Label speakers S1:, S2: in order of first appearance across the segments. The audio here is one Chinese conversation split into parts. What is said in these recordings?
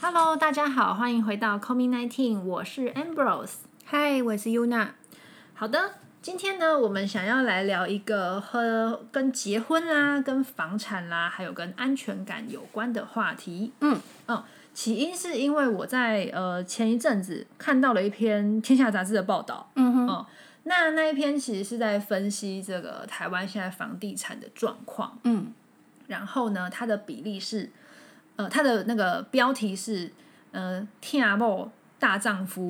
S1: Hello，大家好，欢迎回到 Comi Nineteen，我是 Ambrose。
S2: 嗨，我是 Yuna。
S1: 好的，今天呢，我们想要来聊一个和跟结婚啦、跟房产啦，还有跟安全感有关的话题。
S2: 嗯
S1: 嗯，起因是因为我在呃前一阵子看到了一篇《天下》杂志的报道，
S2: 嗯哼，
S1: 哦，那那一篇其实是在分析这个台湾现在房地产的状况。
S2: 嗯
S1: 然后呢，它的比例是，呃，它的那个标题是，呃，天阿某大丈 夫，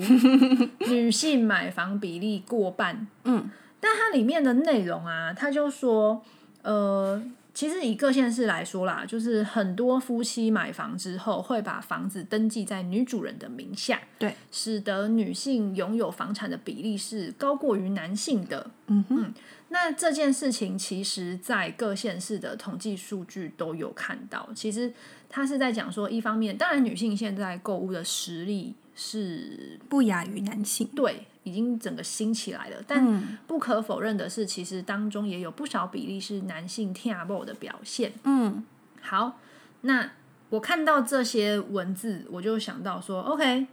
S1: 女性买房比例过半。
S2: 嗯
S1: 但它里面的内容啊，它就说，呃，其实以各县市来说啦，就是很多夫妻买房之后会把房子登记在女主人的名下，
S2: 对，
S1: 使得女性拥有房产的比例是高过于男性的。
S2: 嗯哼，
S1: 那这件事情其实，在各县市的统计数据都有看到。其实他是在讲说，一方面，当然女性现在购物的实力是
S2: 不亚于男性。
S1: 对，已经整个兴起来了。但
S2: 嗯
S1: 不可否认的是，其实当中也有不少比例是男性 t a b o 的表现。
S2: 嗯
S1: 好，那我看到这些文字，我就想到说，OK，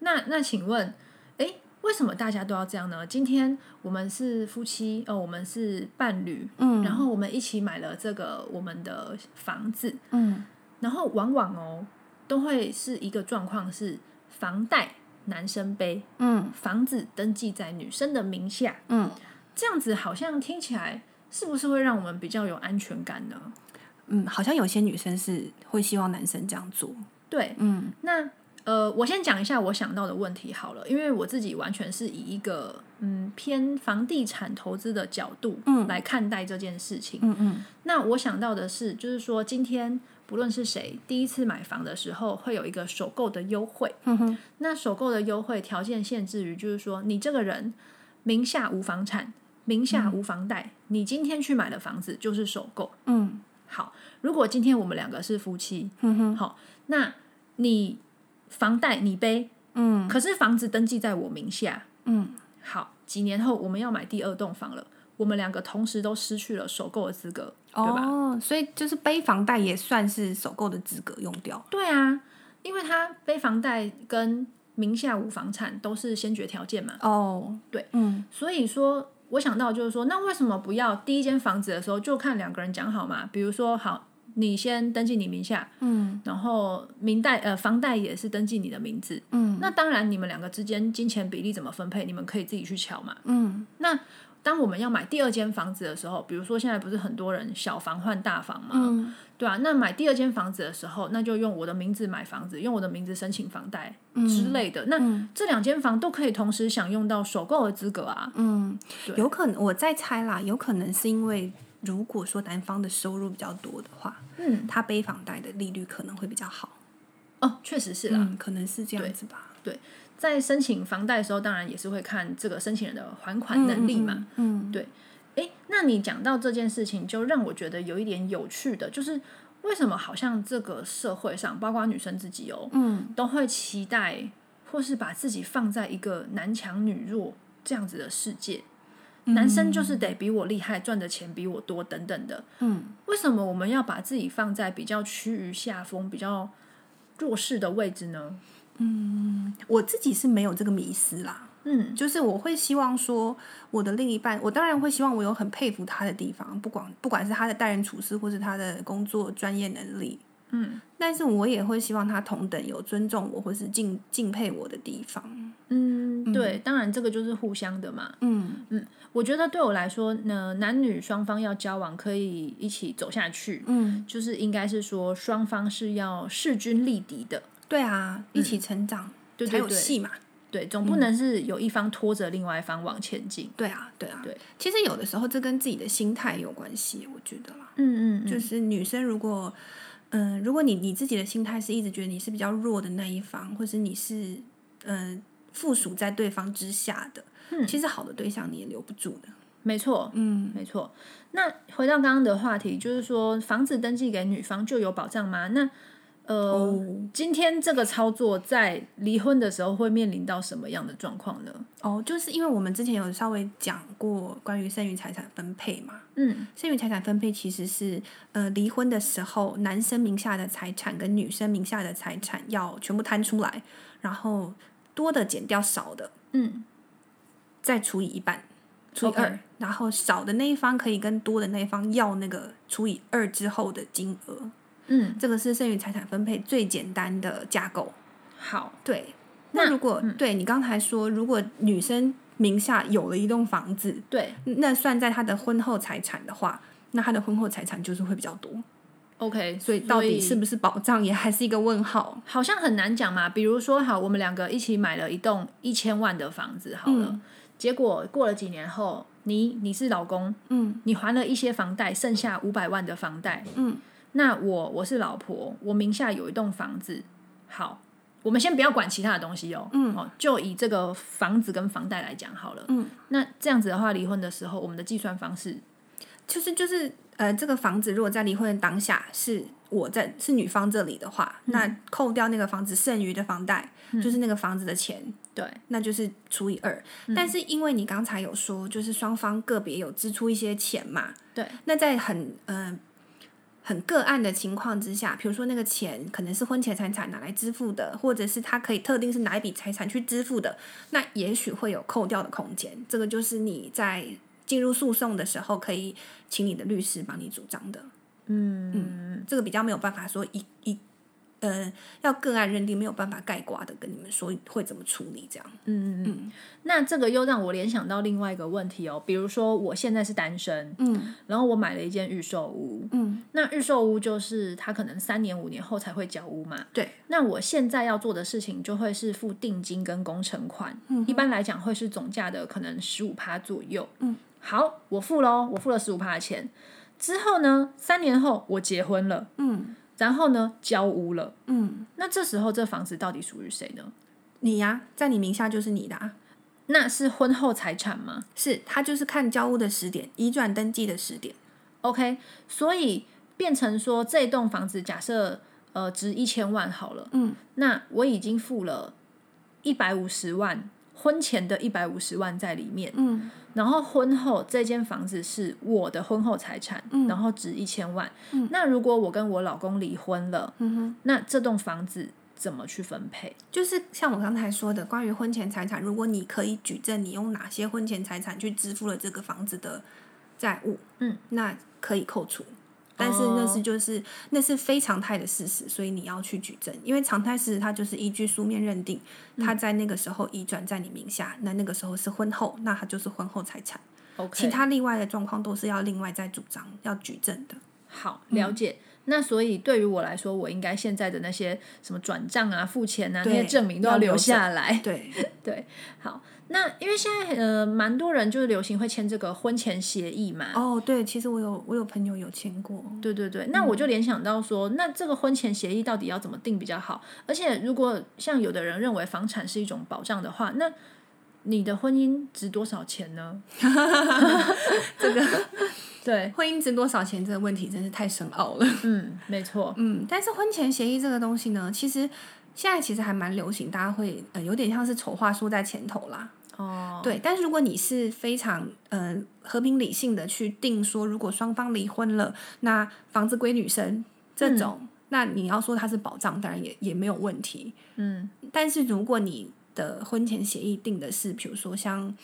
S1: 那那请问，诶，为什么大家都要这样呢？今天我们是夫妻，哦，我们是伴侣，
S2: 嗯，
S1: 然后我们一起买了这个我们的房子，
S2: 嗯
S1: 然后往往哦都会是一个状况是房贷男生背，
S2: 嗯
S1: 房子登记在女生的名下，
S2: 嗯
S1: 这样子好像听起来是不是会让我们比较有安全感呢？
S2: 嗯，好像有些女生是会希望男生这样做。
S1: 对，
S2: 嗯
S1: 那呃，我先讲一下我想到的问题好了，因为我自己完全是以一个嗯偏房地产投资的角度
S2: 嗯
S1: 来看待这件事情。
S2: 嗯嗯
S1: 那我想到的是，就是说今天不论是谁第一次买房的时候，会有一个首购的优惠。
S2: 嗯哼，
S1: 那首购的优惠条件限制于，就是说你这个人名下无房产，名下无房贷，你今天去买的房子就是首购。
S2: 嗯
S1: 好，如果今天我们两个是夫妻，
S2: 嗯哼，
S1: 好，那你房贷你背，
S2: 嗯
S1: 可是房子登记在我名下，
S2: 嗯
S1: 好，几年后我们要买第二栋房了，我们两个同时都失去了首购的资格，对吧？
S2: 哦，所以就是背房贷也算是首购的资格用掉。
S1: 对啊，因为他背房贷跟名下无房产都是先决条件嘛，
S2: 哦，
S1: 对，
S2: 嗯
S1: 所以说我想到就是说，那为什么不要第一间房子的时候就看两个人讲好嘛？比如说，好，你先登记你名下，
S2: 嗯
S1: 然后明贷呃房贷也是登记你的名字。
S2: 嗯
S1: 那当然，你们两个之间金钱比例怎么分配，你们可以自己去瞧嘛。
S2: 嗯
S1: 那当我们要买第二间房子的时候，比如说现在不是很多人小房换大房嘛，
S2: 嗯
S1: 对啊，那买第二间房子的时候，那就用我的名字买房子，用我的名字申请房贷
S2: 嗯
S1: 之类的。
S2: 嗯
S1: 那这两间房都可以同时享用到首购的资格啊。
S2: 嗯
S1: 对，
S2: 有可能我在猜啦，有可能是因为如果说男方的收入比较多的话，
S1: 嗯，
S2: 他背房贷的利率可能会比较好。
S1: 哦，确实是啦、
S2: 嗯，可能是这样子吧。
S1: 在申请房贷的时候，当然也是会看这个申请人的还款能力嘛。
S2: 嗯，嗯，
S1: 对诶，那你讲到这件事情，就让我觉得有一点有趣的，就是为什么好像这个社会上，包括女生自己哦，
S2: 嗯
S1: 都会期待或是把自己放在一个男强女弱这样子的世界，
S2: 嗯
S1: 男生就是得比我厉害，赚的钱比我多等等的。
S2: 嗯
S1: 为什么我们要把自己放在比较趋于下风、比较弱势的位置呢？
S2: 嗯，我自己是没有这个迷思啦。
S1: 嗯
S2: 就是我会希望说，我的另一半，我当然会希望我有很佩服他的地方，不管不管是他的待人处事，或是他的工作专业能力，
S1: 嗯
S2: 但是我也会希望他同等有尊重我，或是敬敬佩我的地方。
S1: 嗯，对，当然这个就是互相的嘛。
S2: 嗯
S1: 我觉得对我来说呢，男女双方要交往可以一起走下去，
S2: 嗯，
S1: 就是应该是说双方是要势均力敌的，
S2: 对啊，一起成长、
S1: 嗯对
S2: 才
S1: 对
S2: 有
S1: 对。
S2: 戏嘛。
S1: 对，总不能是有一方拖着另外一方往前进。
S2: 嗯对啊，对啊，
S1: 对。
S2: 其实有的时候这跟自己的心态有关系，我觉得啦。
S1: 嗯嗯，
S2: 就
S1: 就是
S2: 女生如果，嗯、如果你你自己的心态是一直觉得你是比较弱的那一方，或是你是嗯、呃附属在对方之下的，
S1: 嗯
S2: 其实好的对象你也留不住的。
S1: 没错，
S2: 嗯
S1: 没错。那回到刚刚的话题，就是说房子登记给女方就有保障吗？那呃，
S2: 哦
S1: 今天这个操作在离婚的时候会面临到什么样的状况呢？
S2: 哦，就是因为我们之前有稍微讲过关于剩余财产分配嘛，
S1: 嗯，
S2: 剩余财产分配其实是呃离婚的时候男生名下的财产跟女生名下的财产要全部摊出来，然后多的减掉少的，
S1: 嗯，
S2: 再除以一半，除以
S1: OK
S2: 二然后少的那一方可以跟多的那一方要那个除以二之后的金额，
S1: 嗯，
S2: 这个是剩余财产分配最简单的架构。
S1: 好，
S2: 对，那嗯如果、对你刚才说，如果女生名下有了一栋房子，
S1: 对
S2: 那算在她的婚后财产的话，那她的婚后财产就是会比较多。
S1: ，OK，
S2: 所以到底是不是保障，也还是一个问号。
S1: 好像很难讲嘛。比如说，好，我们两个一起买了一栋一千万的房子，好了，
S2: 嗯
S1: 结果过了几年后，你你是老公，
S2: 嗯
S1: 你还了一些房贷，剩下五百万的房贷，
S2: 嗯，
S1: 那我我是老婆，我名下有一栋房子，好。我们先不要管其他的东西哦，嗯，哦，就以这个房子跟房贷来讲好了，
S2: 嗯，
S1: 那这样子的话，离婚的时候，我们的计算方式
S2: 就是就是呃，这个房子如果在离婚的当下是我在是女方这里的话，那扣掉那个房子剩余的房贷，就是那个房子的钱，
S1: 对，
S2: 那就是除以二。但是因为你刚才有说，就是双方个别有支出一些钱嘛，
S1: 对，
S2: 那在很呃很个案的情况之下，比如说那个钱可能是婚前财产拿来支付的，或者是他可以特定是哪一笔财产去支付的，那也许会有扣掉的空间。这个就是你在进入诉讼的时候，可以请你的律师帮你主张的。嗯嗯，这个比较没有办法说一一。呃，要个案认定没有办法概括的跟你们说会怎么处理这样。
S1: 那这个又让我联想到另外一个问题哦，比如说我现在是单身，嗯，然后我买了一间预售屋，嗯，那预售屋就是它可能三年五年后才会交屋嘛，
S2: 对。
S1: 那我现在要做的事情就会是付定金跟工程款，嗯，一般来讲会是总价的可能十五趴左右，嗯，好，我付喽，我付了十五趴的钱，之后呢，三年后我结婚了，
S2: 嗯
S1: 然后呢交屋了，
S2: 嗯，
S1: 那这时候这房子到底属于谁呢？
S2: 你呀、在你名下就是你的啊。
S1: 那是婚后财产吗？
S2: 是他就是看交屋的时点，移转登记的时点。
S1: OK，所以变成说这栋房子假设呃值一千万好了，
S2: 嗯，
S1: 那我已经付了一百五十万婚前的一百五十万在里面，
S2: 嗯
S1: 然后婚后这间房子是我的婚后财产，
S2: 嗯
S1: 然后值一千万。那如果我跟我老公离婚了，
S2: 嗯哼，
S1: 那这栋房子怎么去分配？
S2: 就是像我刚才说的，关于婚前财产，如果你可以举证你用哪些婚前财产去支付了这个房子的债务，
S1: 嗯，哦
S2: 那可以扣除。但是那是就是、那是非常态的事实，所以你要去举证，因为常态事实它就是依据书面认定，
S1: 嗯
S2: 它在那个时候移转在你名下，那那个时候是婚后，那它就是婚后财产。
S1: OK，
S2: 其他例外的状况都是要另外再主张要举证的。
S1: 好，
S2: 嗯
S1: 了解。那所以对于我来说，我应该现在的那些什么转账啊、付钱啊那
S2: 对
S1: 些证明都要
S2: 要留
S1: 留下来。
S2: 对，
S1: 对，好，那因为现在呃，蛮多人就是流行会签这个婚前协议嘛。
S2: 哦，对，其实我有我有朋友有签过，
S1: 对对对，那我
S2: 嗯
S1: 就联想到说，那这个婚前协议到底要怎么定比较好？而且，如果像有的人认为房产是一种保障的话，那你的婚姻值多少钱呢？
S2: 这个
S1: 对，
S2: 婚姻值多少钱这个问题真是太深奥了。
S1: 嗯，没错，
S2: 嗯，但是婚前协议这个东西呢，其实现在其实还蛮流行，大家会呃有点像是丑话说在前头啦。
S1: 哦，
S2: 对，但是如果你是非常呃和平理性的去定说，如果双方离婚了，那房子归女生这种，那你要说它是保障，当然也也没有问题。
S1: 嗯，
S2: 但是如果你的婚前协议定的是，比如说像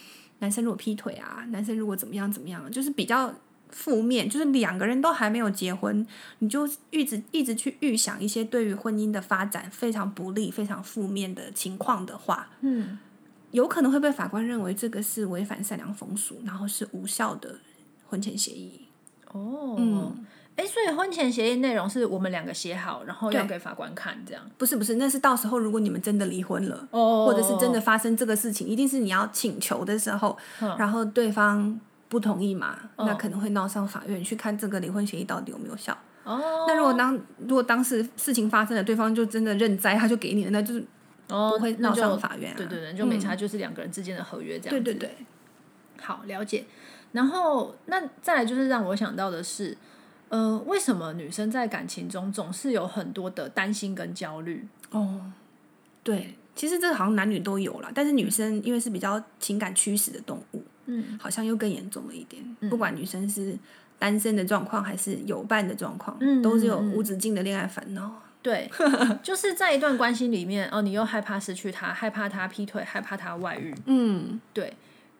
S2: 男生如果劈腿啊，男生如果怎么样怎么样，就是比较负面，就是两个人都还没有结婚，你就一直一直去预想一些对于婚姻的发展非常不利、非常负面的情况的话，
S1: 嗯，
S2: 有可能会被法官认为这个是违反善良风俗，然后是无效的婚前协议。
S1: 哦，
S2: 嗯
S1: 哎，所以婚前协议内容是我们两个写好，然后要
S2: 对
S1: 给法官看，这样
S2: 不是不是，那是到时候如果你们真的离婚了。
S1: 哦
S2: 或者是真的发生这个事情，一定是你要请求的时候，
S1: 嗯
S2: 然后对方不同意嘛，那可能会闹上法院去看这个离婚协议到底有没有效。
S1: 哦。
S2: 那如果当如果当时事情发生了，对方就真的认栽，他就给你了，那就是
S1: 哦，
S2: 不会
S1: 那
S2: 闹
S1: 就
S2: 上法院啊
S1: 对对对，就没差，就是两个人之间的合约这样
S2: 对
S1: 子。
S2: 对对，
S1: 好了解。然后那再来就是让我想到的是，呃，为什么女生在感情中总是有很多的担心跟焦虑？
S2: 哦，对，其实这个好像男女都有啦，但是女生因为是比较情感驱使的动物，
S1: 嗯，
S2: 好像又更严重了一点。不管女生是单身的状况还是有伴的状况，
S1: 嗯
S2: 都是有
S1: 嗯嗯
S2: 无止境的恋爱烦恼。
S1: 对，就是在一段关系里面，哦，你又害怕失去他，害怕他劈腿，害怕他外遇，
S2: 嗯，
S1: 对，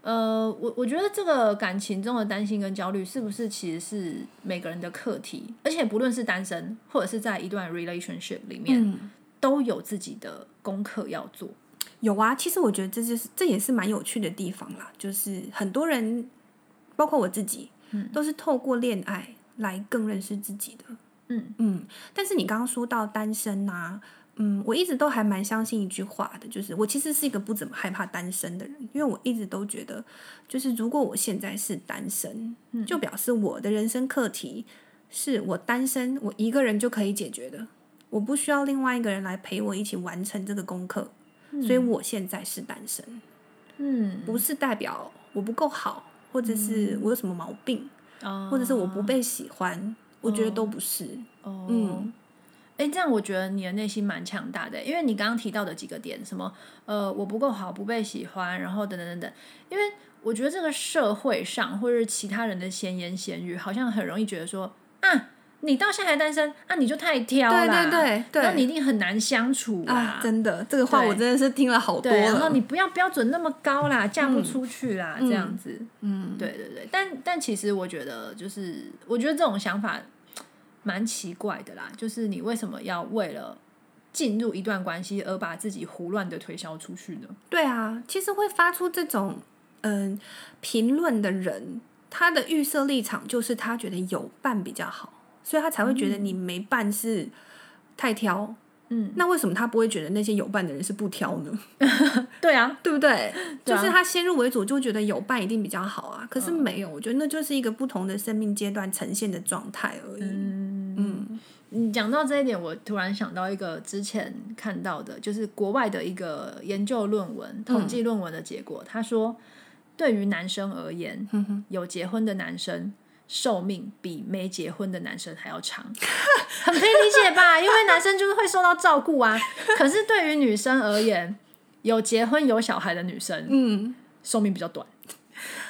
S1: 呃，我我觉得这个感情中的担心跟焦虑，是不是其实是每个人的课题？而且不论是单身，或者是在一段 relationship 里面，都有自己的功课要做。
S2: 有啊，其实我觉得这就是这也是蛮有趣的地方啦，就是很多人，包括我自己，都是透过恋爱来更认识自己的。
S1: 嗯
S2: 嗯，但是你刚刚说到单身啊，嗯，我一直都还蛮相信一句话的，就是我其实是一个不怎么害怕单身的人，因为我一直都觉得，就是如果我现在是单身，
S1: 嗯
S2: 就表示我的人生课题是我单身，我一个人就可以解决的，我不需要另外一个人来陪我一起完成这个功课。所以我现在是单身，
S1: 嗯，
S2: 不是代表我不够好，或者是我有什么毛病，
S1: 啊
S2: 或者是我不被喜欢，我觉得都不是。
S1: 哦，
S2: 嗯
S1: 哎，这样我觉得你的内心蛮强大的，因为你刚刚提到的几个点，什么呃，我不够好，不被喜欢，然后等等等等，因为我觉得这个社会上或者是其他人的闲言闲语，好像很容易觉得说啊，你到现在还单身啊，你就太挑
S2: 对
S1: 啦，
S2: 对对对
S1: 那你一定很难相处
S2: 啊
S1: 啦，，
S2: 真的，这个话
S1: 对
S2: 我真的是听了好多
S1: 对，然后
S2: 了。
S1: 你不要标准那么高啦，嫁不出去啦，这样子，
S2: 嗯，
S1: 对对对，但但其实我觉得，就是我觉得这种想法蛮奇怪的啦。就是你为什么要为了进入一段关系而把自己胡乱的推销出去呢？
S2: 对啊，其实会发出这种嗯评论的人，他的预设立场就是他觉得有伴比较好，所以他才会觉得你没伴是太挑。
S1: 嗯，
S2: 那为什么他不会觉得那些有伴的人是不挑 呢？
S1: 对啊，
S2: 对不对？
S1: 对
S2: 就
S1: 啊
S2: 是他先入为主就觉得有伴一定比较好啊，可是没有，我觉得那就是一个不同的生命阶段呈现的状态而已。嗯
S1: 你讲到这一点，我突然想到一个之前看到的，就是国外的一个研究论文、统计论文的结果，他说，对于男生而言，有结婚的男生。寿命比没结婚的男生还要长， 很可以理解吧？因为男生就是会受到照顾啊。可是对于女生而言，有结婚有小孩的女生
S2: 嗯，
S1: 寿命比较短，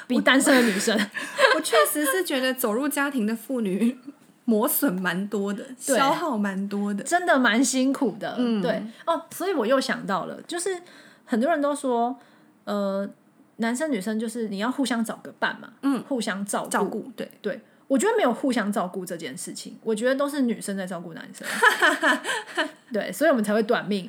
S1: 比单身的女生。
S2: 我确实是觉得走入家庭的妇女磨损蛮多的，
S1: 对
S2: 消耗蛮多的。
S1: 真的蛮辛苦的。
S2: 嗯
S1: 对哦，所以我又想到了，就是很多人都说，呃，男生女生就是你要互相找个伴嘛，
S2: 嗯，
S1: 互相照顾。
S2: 照顾对，
S1: 对，我觉得没有互相照顾这件事情，我觉得都是女生在照顾男 生。对，所以我们才会短命，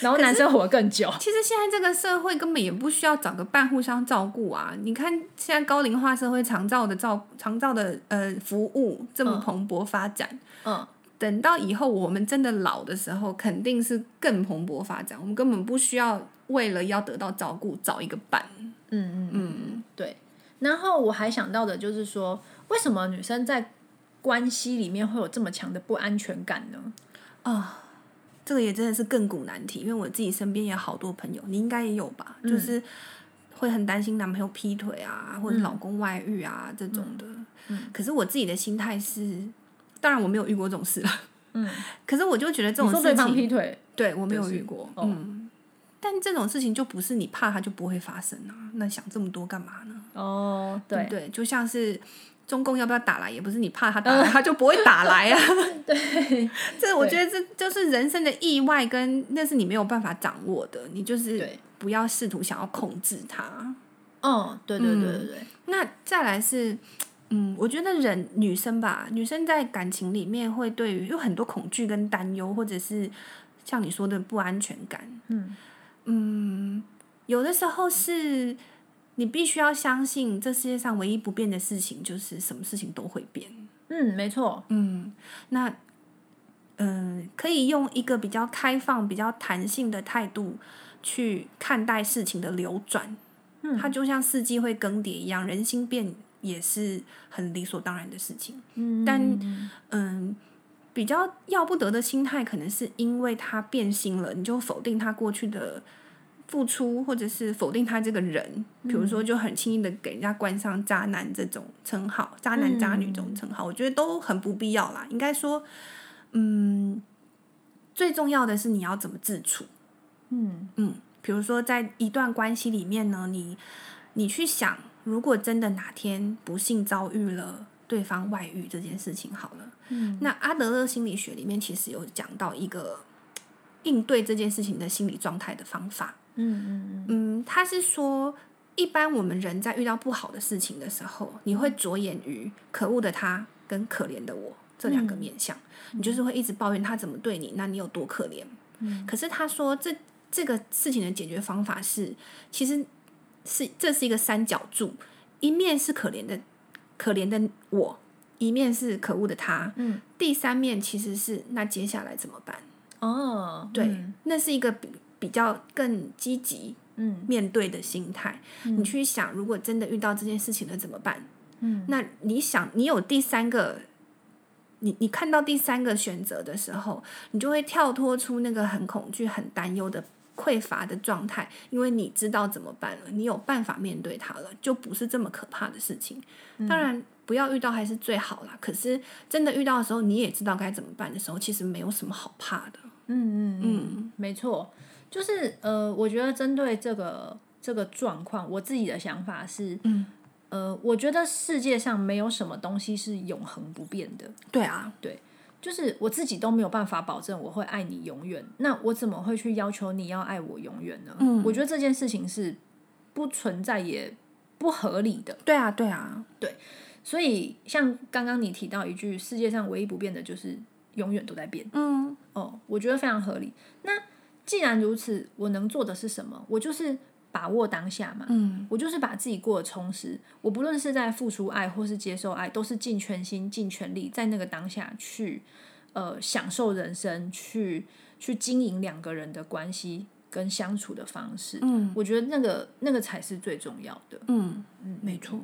S1: 然后男生活更久。
S2: 其实现在这个社会根本也不需要找个伴互相照顾啊！你看现在高龄化社会长照的照长照的呃服务这么蓬勃发展，
S1: 嗯，
S2: 等到以后我们真的老的时候，肯定是更蓬勃发展。我们根本不需要为了要得到照顾找一个伴。
S1: 嗯嗯，
S2: 嗯，
S1: 对。然后我还想到的就是说，为什么女生在关系里面会有这么强的不安全感呢？
S2: 这个也真的是亘古难题，因为我自己身边也好多朋友，你应该也有吧，
S1: 嗯
S2: 就是会很担心男朋友劈腿啊，或者老公外遇啊、这种
S1: 嗯
S2: 的。可是我自己的心态是，当然我没有遇过这种事了。
S1: 嗯，
S2: 可是我就觉得这种
S1: 你说
S2: 事
S1: 对方
S2: 情，
S1: 劈腿，
S2: 对我没有
S1: 就是
S2: 遇过。
S1: 哦
S2: 嗯，但这种事情就不是你怕它就不会发生啊，那想这么多干嘛呢？
S1: 哦，对
S2: 对不对，就像是中共要不要打来，也不是你怕 他打来，他就不会打来啊。
S1: 对
S2: 这我觉得这就是人生的意外，跟那是你没有办法掌握的，你就是
S1: 对，
S2: 不要试图想要控制它。
S1: 哦，对对对
S2: 嗯
S1: 对对，
S2: 那再来是，嗯，我觉得人女生吧，女生在感情里面会对于有很多恐惧跟担忧，或者是像你说的不安全感，
S1: 嗯
S2: 嗯，有的时候是你必须要相信这世界上唯一不变的事情就是什么事情都会变。
S1: 嗯，没错，
S2: 嗯，那嗯，可以用一个比较开放、比较弹性的态度去看待事情的流转。
S1: 嗯
S2: 它就像四季会更迭一样，人心变也是很理所当然的事情。
S1: 嗯，
S2: 但
S1: 嗯
S2: 嗯，比较要不得的心态，可能是因为它变心了，你就否定它过去的付出，或者是否定他这个人，比如说就很轻易的给人家冠上渣男这种称号，渣男渣女这种称号，我觉得都很不必要啦。应该说，嗯，最重要的是你要怎么自处。
S1: 嗯
S2: 嗯，比如说在一段关系里面呢，你你去想，如果真的哪天不幸遭遇了对方外遇这件事情，好了，
S1: 嗯，
S2: 那阿德勒心理学里面其实有讲到一个应对这件事情的心理状态的方法。
S1: 嗯嗯
S2: 嗯，他是说，一般我们人在遇到不好的事情的时候，你
S1: 嗯
S2: 会着眼于可恶的他跟可怜的我这两
S1: 嗯
S2: 个面相，你就是会一直抱怨他怎么对你，那你有多可怜。
S1: 嗯
S2: 可是他说这这个事情的解决方法是，其实是这是一个三角柱，一面是可怜的可怜的我，一面是可恶的他，
S1: 嗯，
S2: 第三面其实是那接下来怎么办？
S1: 嗯，哦，
S2: 对，
S1: 嗯
S2: 那是一个比比较更积极
S1: 嗯
S2: 面对的心态。
S1: 嗯
S2: 你去想，如果真的遇到这件事情了怎么办？
S1: 嗯
S2: 那你想，你有第三个，你你看到第三个选择的时候，你就会跳脱出那个很恐惧、很担忧的匮乏的状态，因为你知道怎么办了，你有办法面对它了，就不是这么可怕的事情。
S1: 嗯
S2: 当然，不要遇到还是最好啦。可是真的遇到的时候，你也知道该怎么办的时候，其实没有什么好怕的。
S1: 嗯嗯
S2: 嗯，
S1: 嗯，没错，就是呃，我觉得针对这个这个状况，我自己的想法是，
S2: 嗯，
S1: 呃，我觉得世界上没有什么东西是永恒不变的，
S2: 对啊，
S1: 就是我自己都没有办法保证我会爱你永远，那我怎么会去要求你要爱我永远呢？
S2: 嗯
S1: 我觉得这件事情是不存在也不合理的。
S2: 对啊，对啊，
S1: 所以像刚刚你提到一句，世界上唯一不变的就是永远都在变
S2: 嗯
S1: 哦，我觉得非常合理。那既然如此，我能做的是什么？我就是把握当下嘛。
S2: 嗯
S1: 我就是把自己过得充实，我不论是在付出爱或是接受爱，都是尽全心、尽全力在那个当下去，呃，享受人生，去去经营两个人的关系跟相处的方式。
S2: 嗯
S1: 我觉得那个那个才是最重要的。
S2: 嗯，
S1: 嗯，
S2: 没错。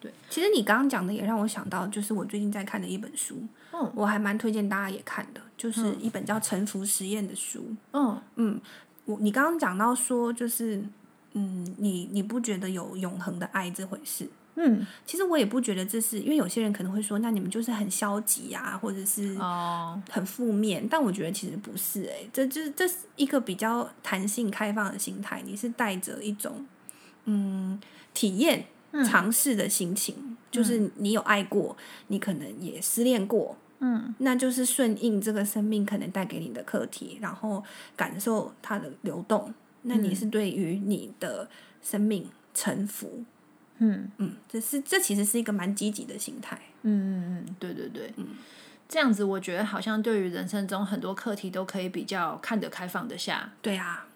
S1: 对，
S2: 其实你刚刚讲的也让我想到，就是我最近在看的一本书，
S1: 嗯
S2: 我还蛮推荐大家也看的，就是一本叫《沉浮实验》的书。
S1: 嗯
S2: 嗯，我你刚刚讲到说，就是嗯，你你不觉得有永恒的爱这回事？
S1: 嗯
S2: 其实我也不觉得这是，因为有些人可能会说，那你们就是很消极啊，或者是
S1: 哦
S2: 很负面，但我觉得其实不是、欸，诶，这就是这是一个比较弹性开放的心态，你是带着一种嗯体验
S1: 嗯
S2: 尝试的心情，就是你有爱过，你可能也失恋过，
S1: 嗯
S2: 那就是顺应这个生命可能带给你的课题，然后感受它的流动，那你
S1: 嗯
S2: 是对于你的生命臣服，
S1: 嗯
S2: 嗯，这是这其实是一个蛮积极的心态，
S1: 嗯嗯，对对对，这样子我觉得好像对于人生中很多课题都可以比较看得开放得下。
S2: 对啊，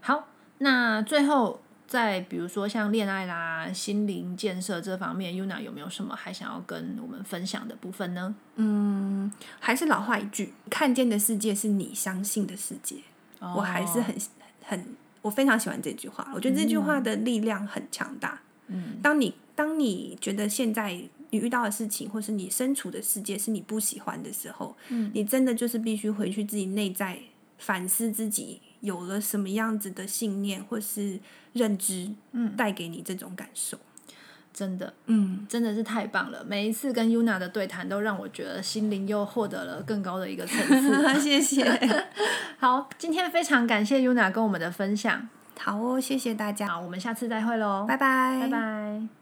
S1: 好，那最后在比如说像恋爱啦、心灵建设这方面，Yuna 有没有什么还想要跟我们分享的部分呢？
S2: 嗯，还是老话一句，看见的世界是你相信的世界。我还是很很，我非常喜欢这句话，我觉得这句话的力量很强大。
S1: 嗯
S2: 当你当你觉得现在你遇到的事情，或是你身处的世界是你不喜欢的时候，
S1: 嗯
S2: 你真的就是必须回去自己内在反思自己有了什么样子的信念或是认知，
S1: 嗯，
S2: 带给你这种感受。
S1: 真的
S2: 嗯，
S1: 真的是太棒了！每一次跟 Yuna 的对谈都让我觉得心灵又获得了更高的一个层次。
S2: 谢谢。
S1: 好，今天非常感谢 Yuna 跟我们的分享，
S2: 好哦，谢谢大家，
S1: 好，我们下次再会喽，
S2: 拜拜，
S1: 拜拜